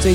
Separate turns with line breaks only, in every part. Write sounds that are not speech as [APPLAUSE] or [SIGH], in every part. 最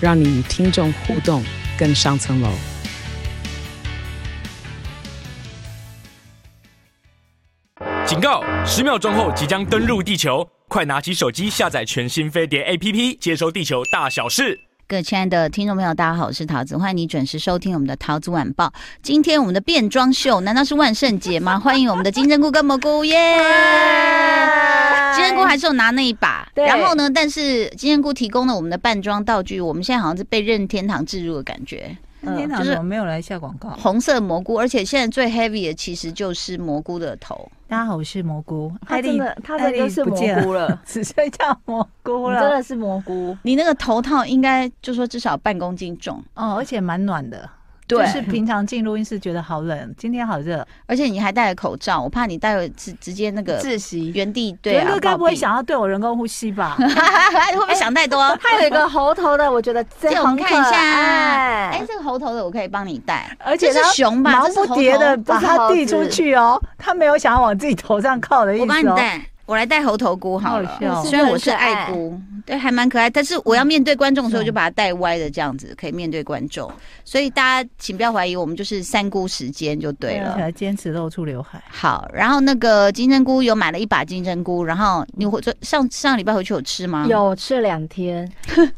让你与听众互动更上层楼。
警告！十秒钟后即将登陆地球，快拿起手机下载全新飞碟 APP，接收地球大小事。
各位亲爱的听众朋友，大家好，我是桃子，欢迎你准时收听我们的桃子晚报。今天我们的变装秀难道是万圣节吗？ [LAUGHS] 欢迎我们的金针菇跟蘑菇
[LAUGHS]
耶！金针菇还是有拿那一把，
对
然后呢？但是金针菇提供了我们的扮装道具，我们现在好像是被任天堂置入的感觉，
嗯
天堂
就是
怎么没有来下广告？
红色蘑菇，而且现在最 heavy 的其实就是蘑菇的头。
大家好，我是蘑菇。
他
艾
真
丽
的，他
艾
真
丽
的是
不
蘑
见
菇
了， [LAUGHS]
了，
只剩下蘑菇
你真
了。
的是蘑菇。
你那个头套应该就说至少半公斤重，
哦，而且蛮暖的。
对
就是平常进录音室觉得好冷，今天好热。
而且你还戴了口罩，我怕你戴了直直接那个
窒息，
原地对啊，
哥该不
暴
会
毙
想要对我人工呼吸
[LAUGHS]
[LAUGHS]
吧？
哎会不会想太多？
他有一个猴头的，我觉得真
借我
很
们
可
看一下，
爱。
哎，这个猴头的我可以帮你戴，
而
这
且
是
他
熊吧？
毛
这是
不
猴
迭
头
的
不
把
是
它
猴
递出
子
去哦，他没有想要往自己头上靠的意
我
思哦。
帮你戴，我来戴猴头菇好
好
了
好笑。
虽然我是爱菇，对，还蛮可爱，但是我要面对观众的时候，我就把它戴歪的这样子，可以面对观众。所以大家请不要怀疑，我们就是三菇时间就对
而
了
且。还坚持露出刘海。
好，然后那个金针菇有买了一把金针菇，然后你回上上礼拜回去有吃吗？。
有吃两天，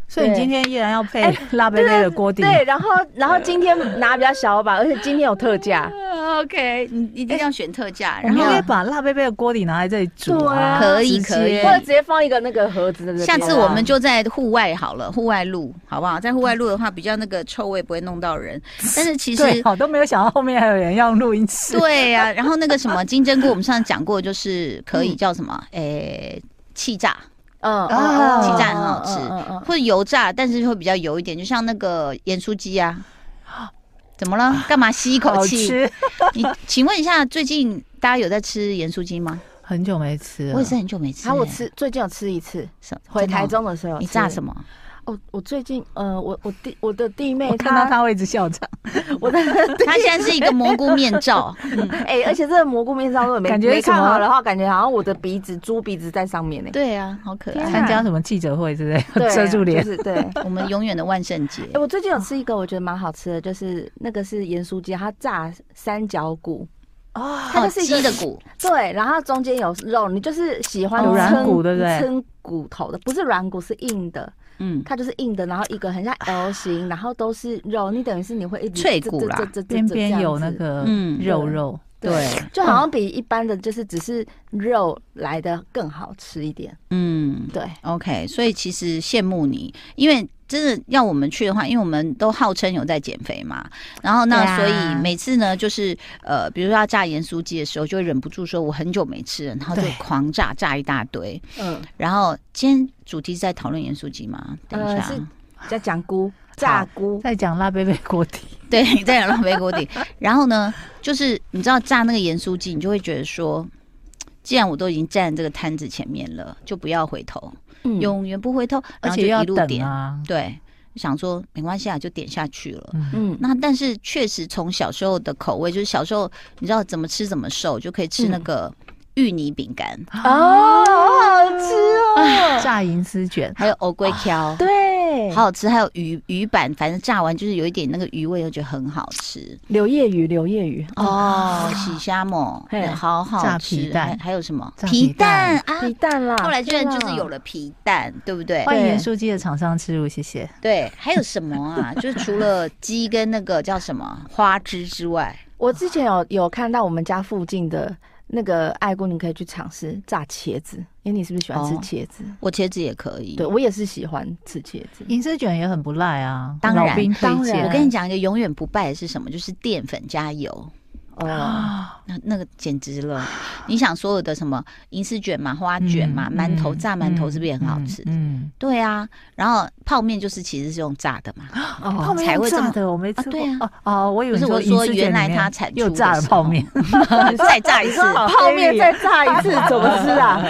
所以你
对
今天依然要配辣贝贝的锅底。
哎对，然后然后今天拿比较小把，而且今天有特价，
呃 OK，你一定要选特价，
我
然
们应
后
该把辣贝贝的锅底拿来这里煮啊，
对啊
可以
直接
可以
或者直接放一个那个盒子在这边啊
下次我们就在户外好了，户外录好不好？在户外录的话，比较那个臭味不会弄到
[LAUGHS]
人。但是其实
对，好都没有想到后面还有人要录音
[LAUGHS]
室。
对呀、然后那个什么金针菇，我们上次讲过，就是可
[LAUGHS]
以叫什么？诶、气炸
嗯
啊
哦鸡蛋很好吃
吃。
或者油炸，但是会比较油一点，就像那个盐酥鸡啊。怎么
啊
了？干嘛吸一口
好
气？
吃，
你请问一下，最近大家有在吃盐酥鸡吗？
很久没吃了。
我也是很久没吃、欸
然后啊我吃最近有吃一次，
什么
回
真
台。
的哦
中的时候
你炸
么？ [LAUGHS]
什么？
哦，我最近呃，我我弟我的弟妹
我看到
她
他会一直笑场，
我的
它现在是一个蘑菇面
[LAUGHS]
罩，嗯
哎，而且这个蘑菇面上如果没
感觉
没看
什么
好的话，感觉好像我的鼻子猪鼻子在上面
[LAUGHS]
呢。
对啊，好可
天
爱。
啊
参加什么记者会之类，
啊
对，
[LAUGHS]
啊
遮住脸
就。是对。 [LAUGHS]
我们永远的万圣节
哎、。我最近有吃一个，我觉得蛮好吃的，就是那个是盐酥鸡，它炸三角骨，
哦，
它
哦，
就是一个
鸡的骨，
对，然后它中间有肉，你就是喜欢
有哦软
撑
骨对不对
撑骨头的，不是软骨，是硬的，
嗯，
它就是硬的，然后一个很像 L 型，然后都是肉，你等于是你会一直
脆骨啦
这这这这这
边边有
这
那
样子
个
嗯
肉肉，
对，就好像比一般的就是只是肉来的更好吃一点，
嗯
对，
，OK，所以其实羡慕你，因为真的要我们去的话，因为我们都号称有在减肥嘛，然后
对
那
啊
所以每次呢，就是呃，比如说要炸盐酥鸡的时候，就会忍不住说我很久没吃了，然后就
对
狂炸炸一大堆。
嗯，
然后今天主题是在讨论盐酥鸡吗？等一
呃
下，
是叫讲菇炸菇，
在讲辣贝贝锅底，
[LAUGHS] 对，你在讲浪费锅底。然后呢，就是你知道炸那个盐酥鸡，你就会觉得说，既然我都已经站这个摊子前面了，就不要回头，
嗯
永远不回头，
而
然后
且
就
要
一路
等
点。
啊。
对，想说没关系啊，就点下去了。
嗯
那但是确实从小时候的口味，就是小时候你知道怎么吃怎么瘦，就可以吃那
嗯
个芋泥饼干，
啊
哦，好好吃
嗯
哦，
炸银丝卷，
还有藕龟
啊
条，
对，
好好吃。还有鱼鱼板，反正炸完就是有一点那个鱼味，我觉得很好吃。
柳叶鱼，柳叶鱼，
哦，喜虾某
嘿，
好好
炸
吃。
皮蛋
还还有什么
炸
皮
皮蛋
啊
皮？蛋啦。
后来居然
天
就
啊
是有了皮蛋，对不对？
欢迎
对
盐酥鸡的厂商吃入，谢谢。
对，还有什么
[LAUGHS]
啊？就是除了鸡跟那个叫什么花枝之外，
我之前有有看到我们家附近的那个爱菇，你可以去尝试炸茄子，因为你是不是喜欢吃
哦
茄子？
我茄子也可以。
对我也是喜欢吃茄子。
银丝卷也很不赖啊，
当然
老兵
啊
推
当然
荐。
我跟你讲一个永远不败的是什么？就是淀粉加油。
哦，
那那个简直
[SIGHS]
了！你想所有的什么银丝卷嘛、花卷嘛、
嗯
馒头、
嗯
炸馒头是不是也很好吃？
嗯，
对啊，然后泡面就是其实是用炸的嘛，
嗯
泡面
哦才会这
炸
么
的我没吃过。
对啊
哦哦，我以为
不是
你
我
说
说
银丝
原
卷
来
里面
它产
又
出的
炸了
时
泡
候 [LAUGHS]
面，
再炸
[LAUGHS]
一次。
[GASPS] 泡面再炸一次怎么吃啊？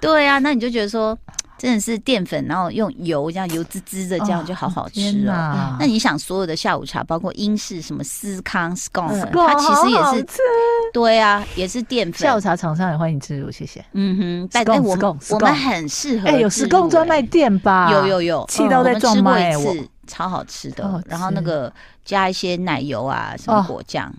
对啊，那你就觉得说真的是淀粉，然后用油这样油滋滋的，这样就好好
哦天
吃哦。
哪
那你想所有的下午茶，包括英式什么司康 scone，、
嗯
它其实也
好好
是
吃
对啊，也是淀粉
下午。茶厂商也欢迎置入，谢谢。
嗯哼，但
scone，
但我们
scone，
我们
scone
很适合
哎，有
自欸
时工专
入
卖店吧？
有有有，嗯
气到
我
在
们
撞
吃过
麦
一
我
次，超好吃
超
的
好。
然后那
吃
个加一些奶油啊，什么
哦
果酱。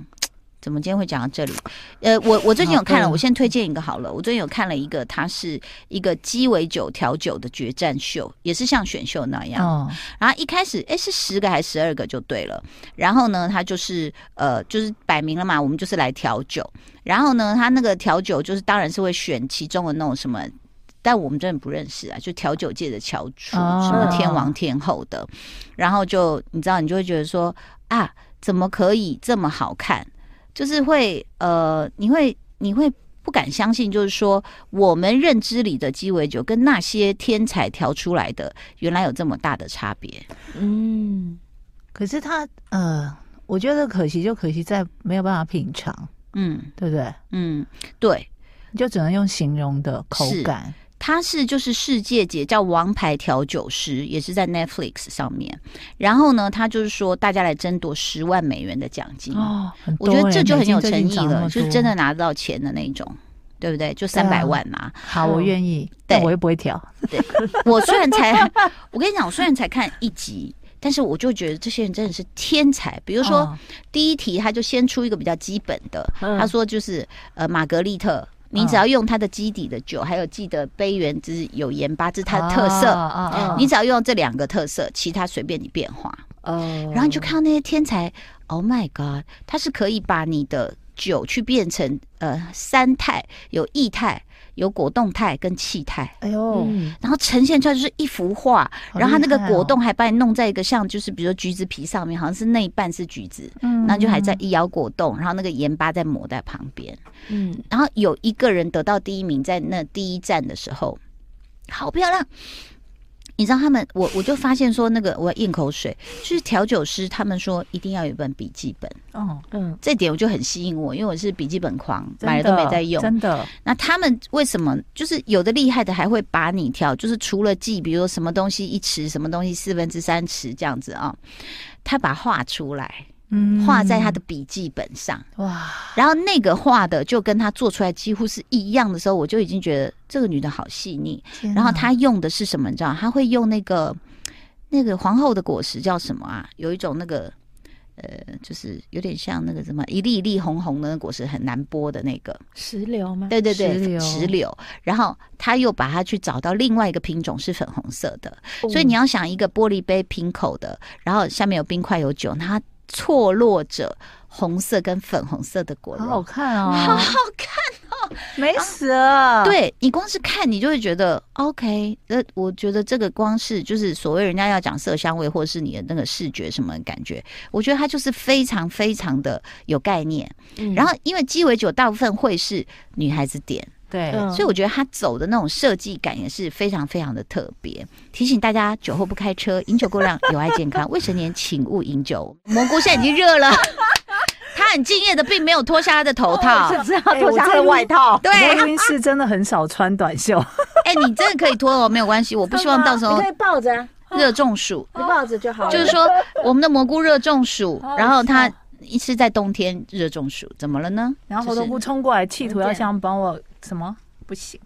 怎么今天会讲到这里？呃，我我最近有
好嗯
看了，
饿
我先推荐一个好了。我最近有看了一个，它是一个鸡尾酒调酒的决战秀，也是像选秀那样。
哦，
然后一开始，哎，是十个还是十二个就对了。然后呢，他就是呃，就是摆明了嘛，我们就是来调酒。然后呢，他那个调酒就是当然是会选其中的那种什么。但我们真的不认识啊，就调酒界的翘楚，
哦
什么天王天后的，然后就你知道，你就会觉得说啊，怎么可以这么好看？就是会呃，你会你会不敢相信，就是说我们认知里的鸡尾酒跟那些天才调出来的，原来有这么大的差别。
[LAUGHS] 嗯，
可是它呃，我觉得可惜就可惜在没有办法品尝，
嗯
对不对？
嗯，对，
你就只能用形容的口
是
感。
他是就是世界姐叫王牌调酒师，也是在 Netflix 上面。然后呢，他就是说大家来争夺十万美元的奖金，
哦，很
我觉
多
得这
欸
就
美
很
金
有
最
诚
近
意
涨那
了，
么
就
多
真的拿得到钱的那种。对不对？啊就三百万嘛！
好，我愿意，但我又不会调。
我虽然才， [LAUGHS] 我跟你讲，我虽然才看一集，但是我就觉得这些人真的是天才。比如
就
说，第一题他就先出一个比较基本的，
嗯
他说就是呃玛格丽特，你只要用它的基底的酒，还有记得杯原汁有盐巴，这是它的特色。嗯
色
你只要用这两个特色，其他随便你变化。
哦
然后你就看到那些天才，Oh my God，他是可以把你的酒去变成呃三态，有液态、有果冻态跟气态。
哎呦，
嗯
然后呈现出来就是一幅画，
好
然后它那个
厉害哦
果冻还把你弄在一个像就是比如说橘子皮上面，好像是那一半是橘子，
嗯
那就还在一咬果冻，然后那个盐巴在抹在旁边。
嗯，
然后有一个人得到第一名，在那第一站的时候，好漂亮。你知道他们，我我就发现说，那个我要咽口水，就是调酒师他们说一定要有一本笔记本，
哦，
嗯，
这点我就很吸引我，因为我是笔记本狂，
真
买了都
的
没在用。
真的
那他们为什么就是有的厉害的还会把你挑，就是除了记，比如说什么东西一匙，什么东西四分之三匙这样子啊、他把它画出来，
嗯
画在他的笔记本上。
哇，
然后那个画的就跟他做出来几乎是一样的时候，我就已经觉得这个女的好细腻。
天
然后
哪
她用的是什么？你知道吗，她会用那个那个皇后的果实叫什么啊？有一种那个呃，就是有点像那个什么一粒一粒红红的那果实，很难剥的那个。
石榴吗？ [LAUGHS]
对对
石
对，
榴
石榴。然后她又把它去找到另外一个品种是粉红色的，所以你
要
要想一个玻璃杯瓶口的，然后下面有冰块有酒，它错落着红色跟粉红色的果
好
肉。
好看哦，
好好看。哦啊
美死了，，
对你光是看，你就会觉得 OK。那我觉得这个光是就是所谓人家要讲色香味，或是你的那个视觉什么感觉，我觉得它就是非常非常的有概念。然后，因为鸡尾酒大部分会是女孩子点，
对，
嗯
所以我觉得它走的那种设计感也是非常非常的特别。提醒大家，酒后不开车，饮酒过量有害健康，未成年请勿饮酒。蘑菇现在已经热了， [LAUGHS] 他很敬业的，并没有脱下他的头套。
甚至要脱下他的外套，
对，
我在录音室真的很少穿短袖， [LAUGHS]
[LAUGHS] 哎、你真的可以脱哦，没有关系，我不希望到时候
你可以抱着啊，哦
热中暑。
你抱着就好了。
就是
[LAUGHS]
说，我们的蘑菇热中暑
好，好
然后它
啊
笑
一是在冬天热中暑，怎么了呢？
然后
就
我
是
都不冲过来，企图要想帮我什么。不行，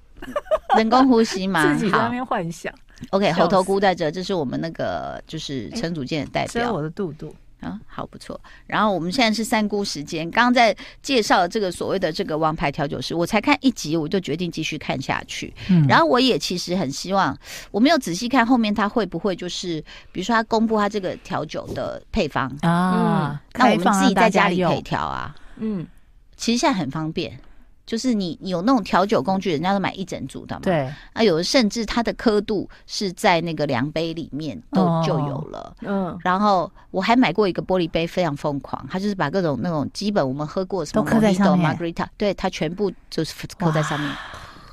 人工呼吸嘛
[LAUGHS]
自。己在那
好
边幻想，
，OK，
笑
猴头菇在这，这是我们那个就是
哎
陈祖健的代
遮
表
我的肚肚。
啊，好不错。然后我们现在是三姑时间，刚刚在介绍这个所谓的这个王牌调酒师，我才看一集我就决定继续看下去。
嗯
然
后
后我也其实很希望，我没有仔细看后面他会不会就是，比如说他公布他这个调酒的配方，
啊，
那我
开
们
放啊
自己
让大
在家里
用
可以调啊。
嗯，
其实现在很方便，就是你你有那种调酒工具，人家都买一整组的嘛。。
对，
啊，有的甚至它的刻度是在那个量杯里面都
哦
就有了。
嗯，
然后我还买过一个玻璃杯，非常疯狂，它就是把各种那种基本我们喝过什么
都刻在
Mojito
上面
margarita，对，它全部就是刻在上面，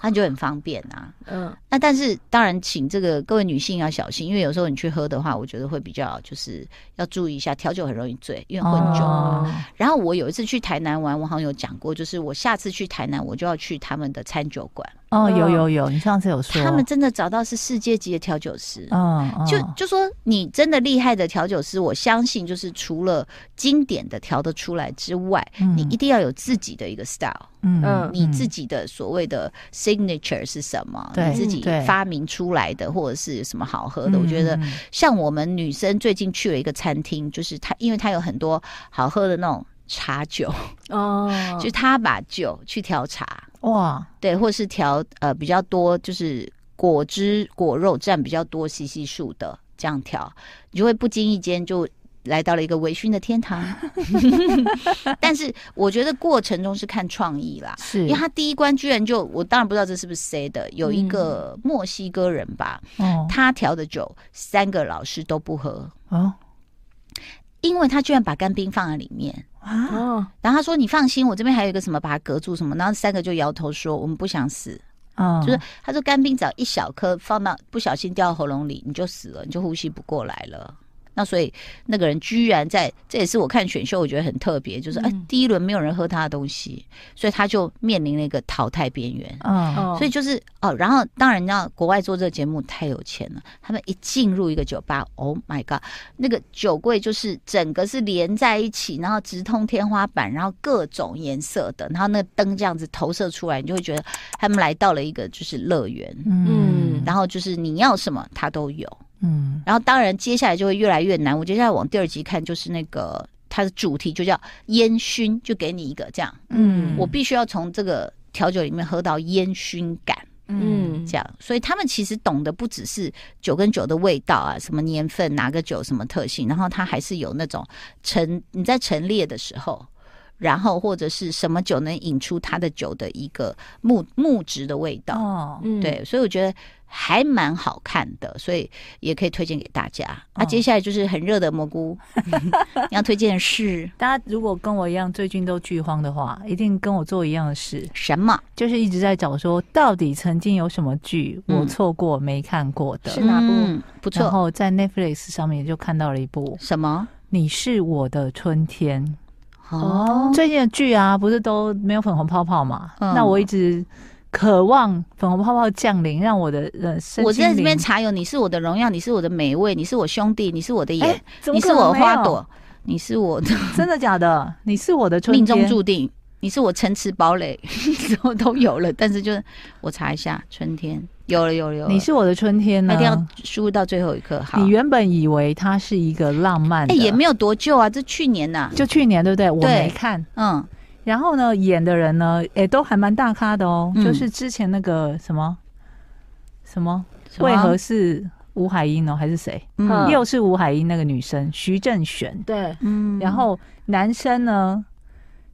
那就很方便啊。
嗯，
那但是当然，请这个各位女性要小心，因为有时候你去喝的话，我觉得会比较就是要注意一下，调酒很容易醉，因为混酒。
啊
哦
然后我有一次去台南玩，我好像有讲过，就是我下次去台南，我就要去他们的餐酒馆，
哦，有
嗯
有有，你上次有说
他们真的找到是世界级的调酒师。
嗯，嗯
就就说你真的厉害的调酒师，我相信就是除了经典的调得出来之外，你一定要有自己的一个 style，、
嗯
嗯
呃你自己的所谓的 signature 是什么，
对
你自己
对
发明出来的或者是有什么好喝的，我觉得
嗯嗯
像我们女生最近去了一个餐厅，就是它，因为它有很多好喝的那种茶酒，
哦，
嗯
就是它把酒去调茶，
哇，
对，或是调呃比较多就是果汁果肉占比较多 CC 数的这样调，你就会不经意间就来到了一个微醺的天堂。 [LAUGHS] 但是我觉得过程中是看创意啦。
是，
因为他第一关居然就，我当然不知道这是不是谁的，有一个墨西哥人吧，
哦
他调的酒三个老师都不喝，
哦
因为他居然把干冰放在里面。
啊，
哦，
然后他说：“你放心，我这边还有一个什么把它隔住什么。”然后三个就摇头说：“我们不想死。”
嗯
就是他说干冰只要一小颗放到不小心掉到喉咙里，你就死了，你就呼吸不过来了。那所以那个人居然在，这也是我看选秀我觉得很特别，就是哎、第一轮没有人喝他的东西，所以他就面临了一个淘汰边缘。
嗯
哦
所以就是哦，然后当然，你知道国外做这个节目太有钱了，他们一进入一个酒吧，Oh my god，那个酒柜就是整个是连在一起，然后直通天花板，然后各种颜色的，然后那个灯这样子投射出来，你就会觉得他们来到了一个就是乐园，
嗯
嗯
然后就是你要什么它都有，
嗯
然后当然接下来就会越来越难。我接下来往第二集看，就是那个它的主题就叫烟熏，就给你一个这样，
嗯
我必须要从这个调酒里面喝到烟熏感。
嗯，
这样，所以他们其实懂得不只是酒跟酒的味道啊，什么年份、哪个酒、什么特性，然后它还是有那种陈你在陈列的时候，然后或者是什么酒能引出它的酒的一个木木质的味道，
哦
嗯，
对，所以我觉得还蛮好看的，所以也可以推荐给大家。那、
哦
接下来就是很热的蘑菇，你要推荐的是
大家如果跟我一样最近都剧荒的话，一定跟我做一样的事，
什么？
就是一直在找说到底曾经有什么剧
嗯
我错过没看过的。
是哪部
嗯不
然
错，
后在 Netflix 上面就看到了一部《
什么？
你是我的春天》，
哦，
最近的剧啊，不是都没有粉红泡泡嘛？
嗯
那我一直渴望粉红泡泡降临，让我的呃身
我在
心
这边
灵
查有，你是我的荣耀，你是我的美味，你是我兄弟，你是我的眼，
哎，怎么
你
可
是我
能
的
没
花
有，
朵，你是我的
真的假的？你是我的春
命
天，
中注定，你是我城池堡垒， [LAUGHS] 什么都有了。但是就是我查一下，春天有了有了有了，
你是我的春天
那
呢
一？定要输入到最后一刻。好，
你原本以为它是一个浪漫
哎、
的，
也没有多旧啊，这去年呐、
就去年对不对？我
对
没看。
嗯，
然后呢，演的人呢，哎，都还蛮大咖的哦，
嗯
就是之前那个什么什么，
什么
为何是吴海英哦，还是谁？
嗯
嗯
又是吴海英那个女生徐正璇。
对，
嗯
然后男生呢，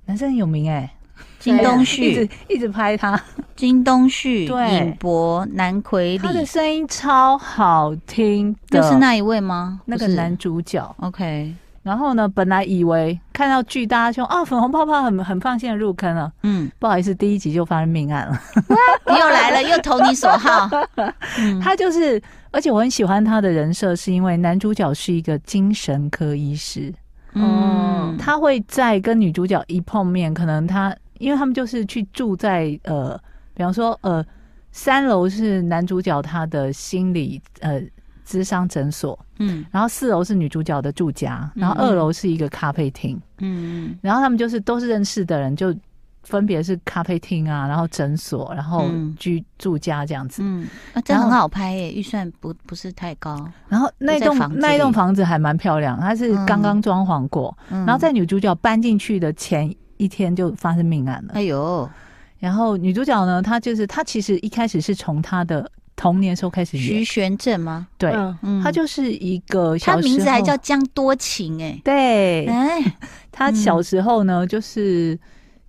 男生很有名哎、
金
谁啊
东
一
旭
直、一直拍他，
金东旭、
对
尹博、南奎
他的
礼，
声音超好听的，
就是那一位吗？
那个
不是
男主角。
，OK，
然后呢，本来以为看到剧大家就啊粉红泡泡很很放心的入坑了，
嗯，
不好意思，第一集就发生命案了。
又来了，又投你所 [LAUGHS] 好，嗯
他就是，而且我很喜欢他的人设，是因为男主角是一个精神科医师，
嗯，
他会在跟女主角一碰面，可能他因为他们就是去住在呃，比方说呃，三楼是男主角他的心理呃智商诊所，
嗯
然后四楼是女主角的住家，
嗯
然后二楼是一个咖啡厅，
嗯
然后他们就是都是认识的人，就分别是咖啡厅啊，然后诊所，然后
嗯
居住家这样子。
嗯，啊，这
然后
很好拍耶，预算不不是太高，
然后那
在
栋
房子
那一
里
栋房子还蛮漂亮，它是刚刚装潢过，
嗯，
然后在女主角搬进去的前一天就发生命案了。
哎呦，
然后女主角呢，她就是她其实一开始是从她的童年时候开始
徐
演，
玄正吗？
对，
嗯
嗯
她就是一个小
他
时候
名字还叫江多情哎，
对，
哎，
她小时候呢就是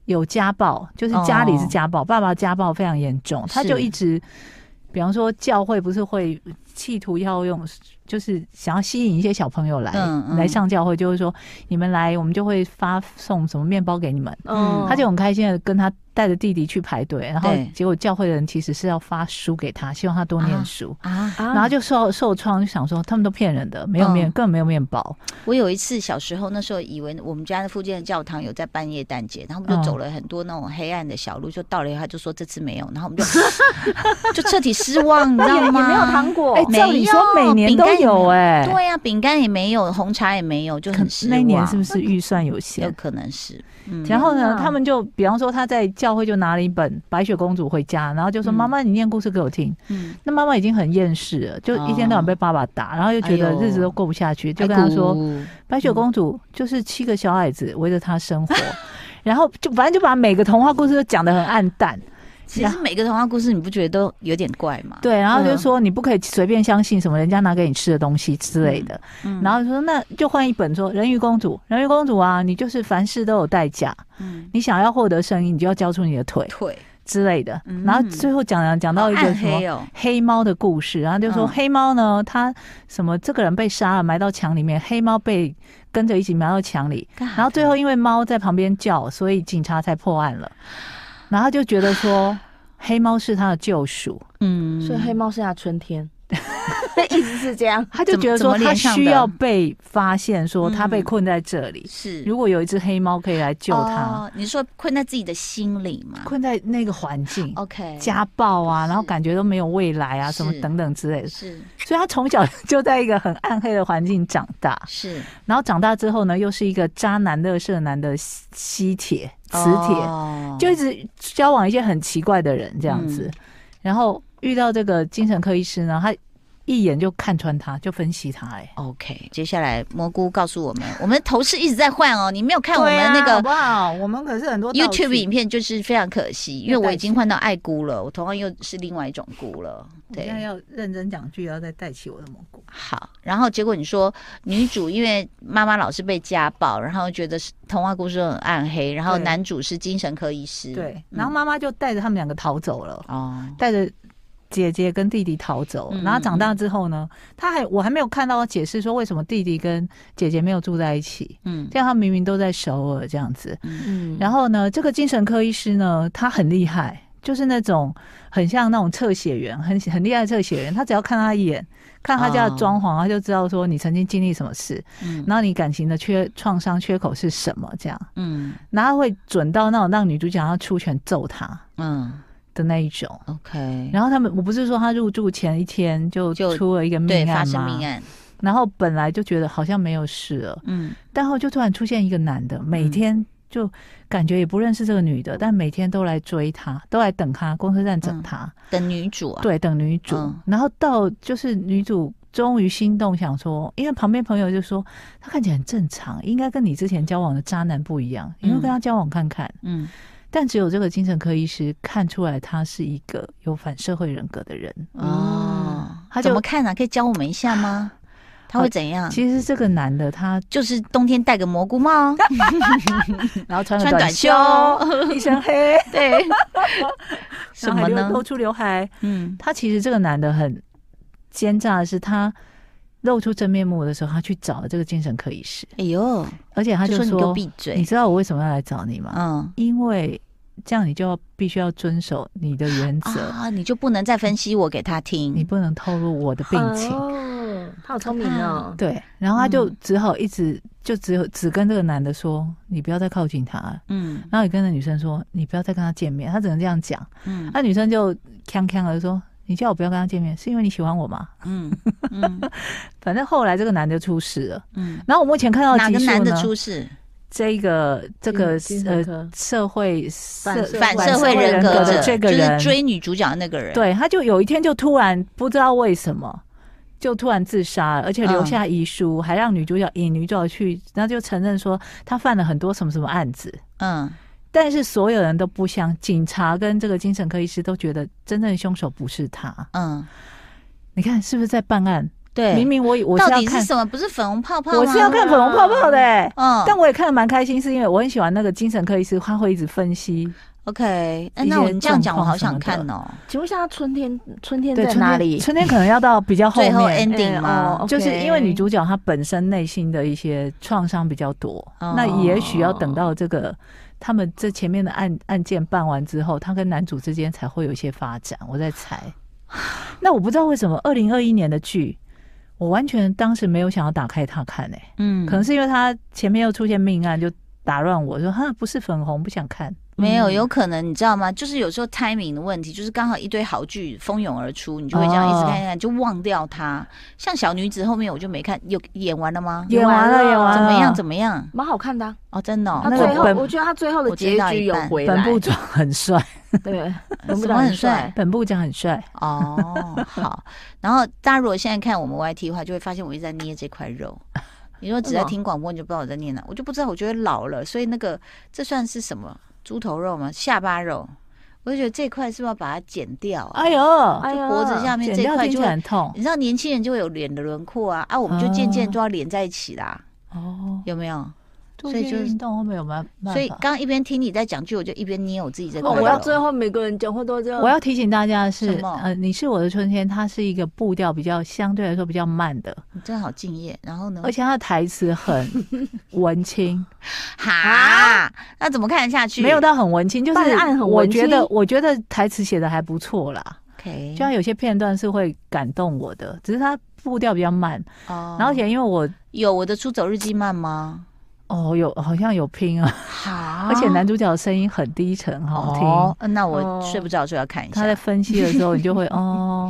有家暴，就是家里是家暴，爸爸家暴非常严重，他
哦是
就一直，比方说教会不是会企图要用，就是想要吸引一些小朋友来、
嗯嗯
来上教会，就是说你们来，我们就会发送什么面包给你们。
哦
嗯
他就很开心的跟他带着弟弟去排队，然后
对
结果教会的人其实是要发书给他，希望他多念书。
[LAUGHS] 啊，
然
然后就受受创，就想说他们都骗人的，没有面，
嗯
根本没有面包。
我有一次小时候，那时候以为我们家的附近的教堂有在办夜蛋节，然后我们
嗯
就走了很多那种黑暗的小路，就到了以后，他就说这次没有，然后我们就 [LAUGHS] 就彻底失望，你知道
也
吗？
没有糖果
哎，
没
照理说
有
每年
饼干
都
也没
有哎、
对呀、啊饼干也没有，红茶也没有，就
可
很失望。
那一年是不是预算有
有
限？
可能是？嗯
然后
天
呢，
哪
他们就比方说他在教会就拿了一本《白雪公主》回家，然后就说：“
嗯
妈妈，你念故事给我听。
嗯”
那妈妈已经很厌世了，就一天到晚被爸爸打，然后又觉
哎
得
呦嗯
日子都过不下去，就跟他说
排骨：“
白雪公主就是七个小矮子围着她生活。”
[LAUGHS]
然后就反正就把每个童话故事都讲得很暗淡，
嗯其实每个童话故事你不觉得都有点怪吗？
对，然后
嗯
就说你不可以随便相信什么人家拿给你吃的东西之类的，
嗯，
然后就说那就换一本说人鱼公主，人鱼公主啊，你就是凡事都有代价，
嗯
你想要获得声音，你就要交出你的腿
腿
之类的
嗯。
然后最后讲讲讲到一
好
个
暗
什么
黑哦，
黑猫的故事，然后就说
嗯
黑猫呢，它什么这个人被杀了，埋到墙里面，黑猫被跟着一起埋到墙里，然后最后因为猫在旁边叫，所以警察才破案了，然后就觉得说黑猫是他的救赎。
嗯
所以黑猫是它的春
[LAUGHS]
天，一直是这样。
他就觉得
怎
说
么怎么
他
连上的
需要被发现，说
嗯
他被困在这里。
是
如果有一只黑猫可以来救他，
嗯哦，你说困在自己的心里嘛
困在那个环境。
？OK，
家暴啊，
是
然后感觉都没有未来啊，什么
是
等等之类的，
是
所以他从小 [LAUGHS] 就在一个很暗黑的环境长大，
是
然后长大之后呢，又是一个渣男、乐色男的吸吸铁、磁铁，
哦
就一直交往一些很奇怪的人这样子
嗯。
然后遇到这个精神科医师呢，他一眼就看穿他，就分析他、哎，
OK。接下来蘑菇告诉我们，我们的头饰一直在换哦，你没有看我
对
们
啊
那个
好不好？我们可是很多道具
YouTube 影片就是非常可惜，因为
要带
我已经换到爱菇了，我同样又是另外一种菇了。
我现在
对，嗯
要认真讲句，要再带起我的蘑菇。
好。然后结果你说女主因为妈妈老是被家暴，然后觉得是童话故事都很暗黑，然后
对
男主是精神科医师，
对，
嗯
然后妈妈就带着他们两个逃走了，
哦，
带着姐姐跟弟弟逃走。
嗯
然后长大之后呢，他还我还没有看到解释说为什么弟弟跟姐姐没有住在一起，
嗯
这样他明明都在首尔这样子。
嗯
然后呢，这个精神科医师呢，他很厉害，就是那种很像那种测血员，很很厉害的测血员。他只要看他一眼，看他家的
哦
装潢，他就知道说你曾经经历什么事。
嗯
然后你感情的缺创伤缺口是什么？这样，
嗯
然后会准到那种让女主角要出拳揍他
嗯
的那一种。
，OK，
然后他们，我不是说他入住前一天就
就
出了一个命
对，
案吗？
发生命。案，
然后本来就觉得好像没有事了，
嗯
但后就突然出现一个男的，每天就感觉也不认识这个女的，但每天都来追她，都来等她，公车站等她，
的女主啊，
对，等女主。
嗯
然后到就是女主终于心动，想说，因为旁边朋友就说她看起来很正常，应该跟你之前交往的渣男不一样，你就
嗯
跟他交往看看。
嗯
但只有这个精神科医师看出来他是一个有反社会人格的人。
哦，
嗯他就
怎么看啊？可以教我们一下吗？他会怎样？
其实这个男的他，
就是冬天戴个蘑菇帽，
然后
嗯
穿
穿
个
短
短
袖
袖，， [LAUGHS] 一
[LAUGHS]
身黑， [LAUGHS]
对，什
然后
么
还
呢
留露出刘海。
嗯
他其实这个男的很奸诈的是，他露出真面目的时候，他去找了这个精神科医师，
哎呦，
而且他
就说
就
你给我
说：“
闭
你
嘴，
知道我为什么要来找你吗？
嗯
因为这样你就要必须要遵守你的原则，
啊，你就不能再分析我给他
你
听，
不能透露我的病情。
哦，他好聪明哦。
对，然后他就
嗯
只好一直、就只有只跟这个男的说：“你不要再靠近他了。”
嗯
然后也跟那女生说：“你不要再跟他见面。”他只能这样讲。
嗯
那女生就锵锵的说：“你叫我不要跟他见面，是因为你喜欢我吗
嗯嗯？”
反正后来这个男的出事了。 [LAUGHS]
嗯，
然后我目前看到
哪
集
个
数
男的
呢
出事？
这个这个
精神科
呃社会社
反社
反
反
社
社
会
会
人
人
格
格
者
的，这个
就是
人，
追女主角的那个人，，
对，他就有一天就突然不知道为什么。就突然自杀了，而且留
嗯
下遗书，还让女主角引女主角去，然后就承认说他犯了很多什么什么案子。
嗯
但是所有人都不相，警察跟这个精神科医师都觉得真正的凶手不是他。
嗯
你看是不是在办案？
对，
明明我以我
到
是要
底是
看，
什么？不是粉红泡泡吗？
我是要看粉红泡泡的、欸。
嗯，
但我也看得蛮开心，是因为我很喜欢那个精神科医师，他会一直分析。
OK，哎
一
那我
些
你这样
状
讲，我
况
好
什
想
么的
看哦。
请问一下，春天春天
对，
在
春
哪
天
里？
春天可能要到比较后
最后
面，
ending
嗯
吗？
哦
就是因为
OK
女主角她本身内心的一些创伤比较多，
哦
那也许要等到这个他们这前面的案案件办完之后，她跟男主之间才会有一些发展。我在 [SIGHS] 猜，那我不知道为什么二零二一年的剧，我完全当时没有想要打开它看欸诶、
嗯，
可能是因为它前面又出现命案，就打乱我说哈不是粉红，不想看。
没有，
嗯
有可能你知道吗？就是有时候 timing 的问题，就是刚好一堆好剧蜂拥而出，你就会这样一直
哦
看看，就忘掉它。像小女子后面我就没看，有演完了吗？
演完了，演完了，
怎么样？怎么样？
蛮好看的、啊，
哦，真的哦、
他
那
最
个
后
本
我觉得他最后的
我
结
知道
局
一
有
半
回
本
来，
部长很帅， [LAUGHS]
对，本部
什么
长
很
很帅
帅，
本部长很帅。
哦，好。 [LAUGHS] 然后大家如果现在看我们 YT 的话，就会发现我一直在捏这块肉。你说只在听广播，你就不知道我在念哪，我就不知道，我觉得老了，所以那个这算是什么猪头肉吗？下巴肉，我就觉得这块是不是要把它剪掉啊？
哎呦，
哎
就
呀
脖子下面
剪
这
掉
块
听起
就
来
会
很痛
你知道年轻人就会有脸的轮廓啊，啊，我们就渐渐都要连在一起啦，
哦。
有没有？
做
所以
一
就
些
是
运动后面有没有办法？哦
所以刚刚一边听你在讲剧，我就一边捏我自己这块肉。
我到最后每个人讲话都这样。
我要提醒大家的是
什么，
呃，你是我的春天，它是一个步调比较相对来说比较慢的，
你真好敬业，然后呢
而？且它的台词很文青，
哈，那怎么看得下去？
没有到很文青，就是
办案很
我
文青
觉得我觉得台词写的还不错啦，
OK，
就像有些片段是会感动我的，只是它步调比较慢，
哦
然后而且因为我
有我的出走日记慢吗？
哦有好像有拼啊，
哈
而且男主角的声音很低沉，很好听。
哦，呃那我
哦
睡不着就要看一下，
他在分析的时候，你就会
[LAUGHS] 啊
哦，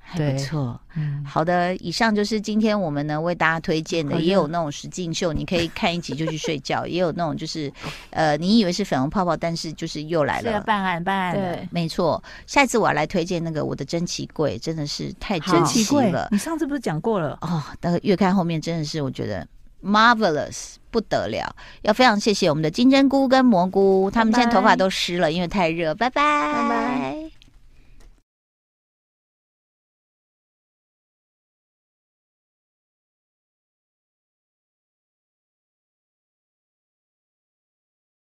还
对
不错。
嗯，
好的，以上就是今天我们呢为大家推荐的，
好的
也有那种实境秀，你可以看一集就去睡觉，也有那种就是，呃，你以为是粉红泡泡，但是就是又来
是啊要
了。
办案办案的。
对，
没错，下次我要来推荐那个我的珍奇柜，真的是太
好
真
珍
奇
奇
怪
了，
你上次不是讲过了？
哦。那个越看后面真的是我觉得 marvelous 不得了，要非常谢谢我们的金针菇跟蘑菇，他们现在头发都湿了，因为太热。拜拜，
拜拜。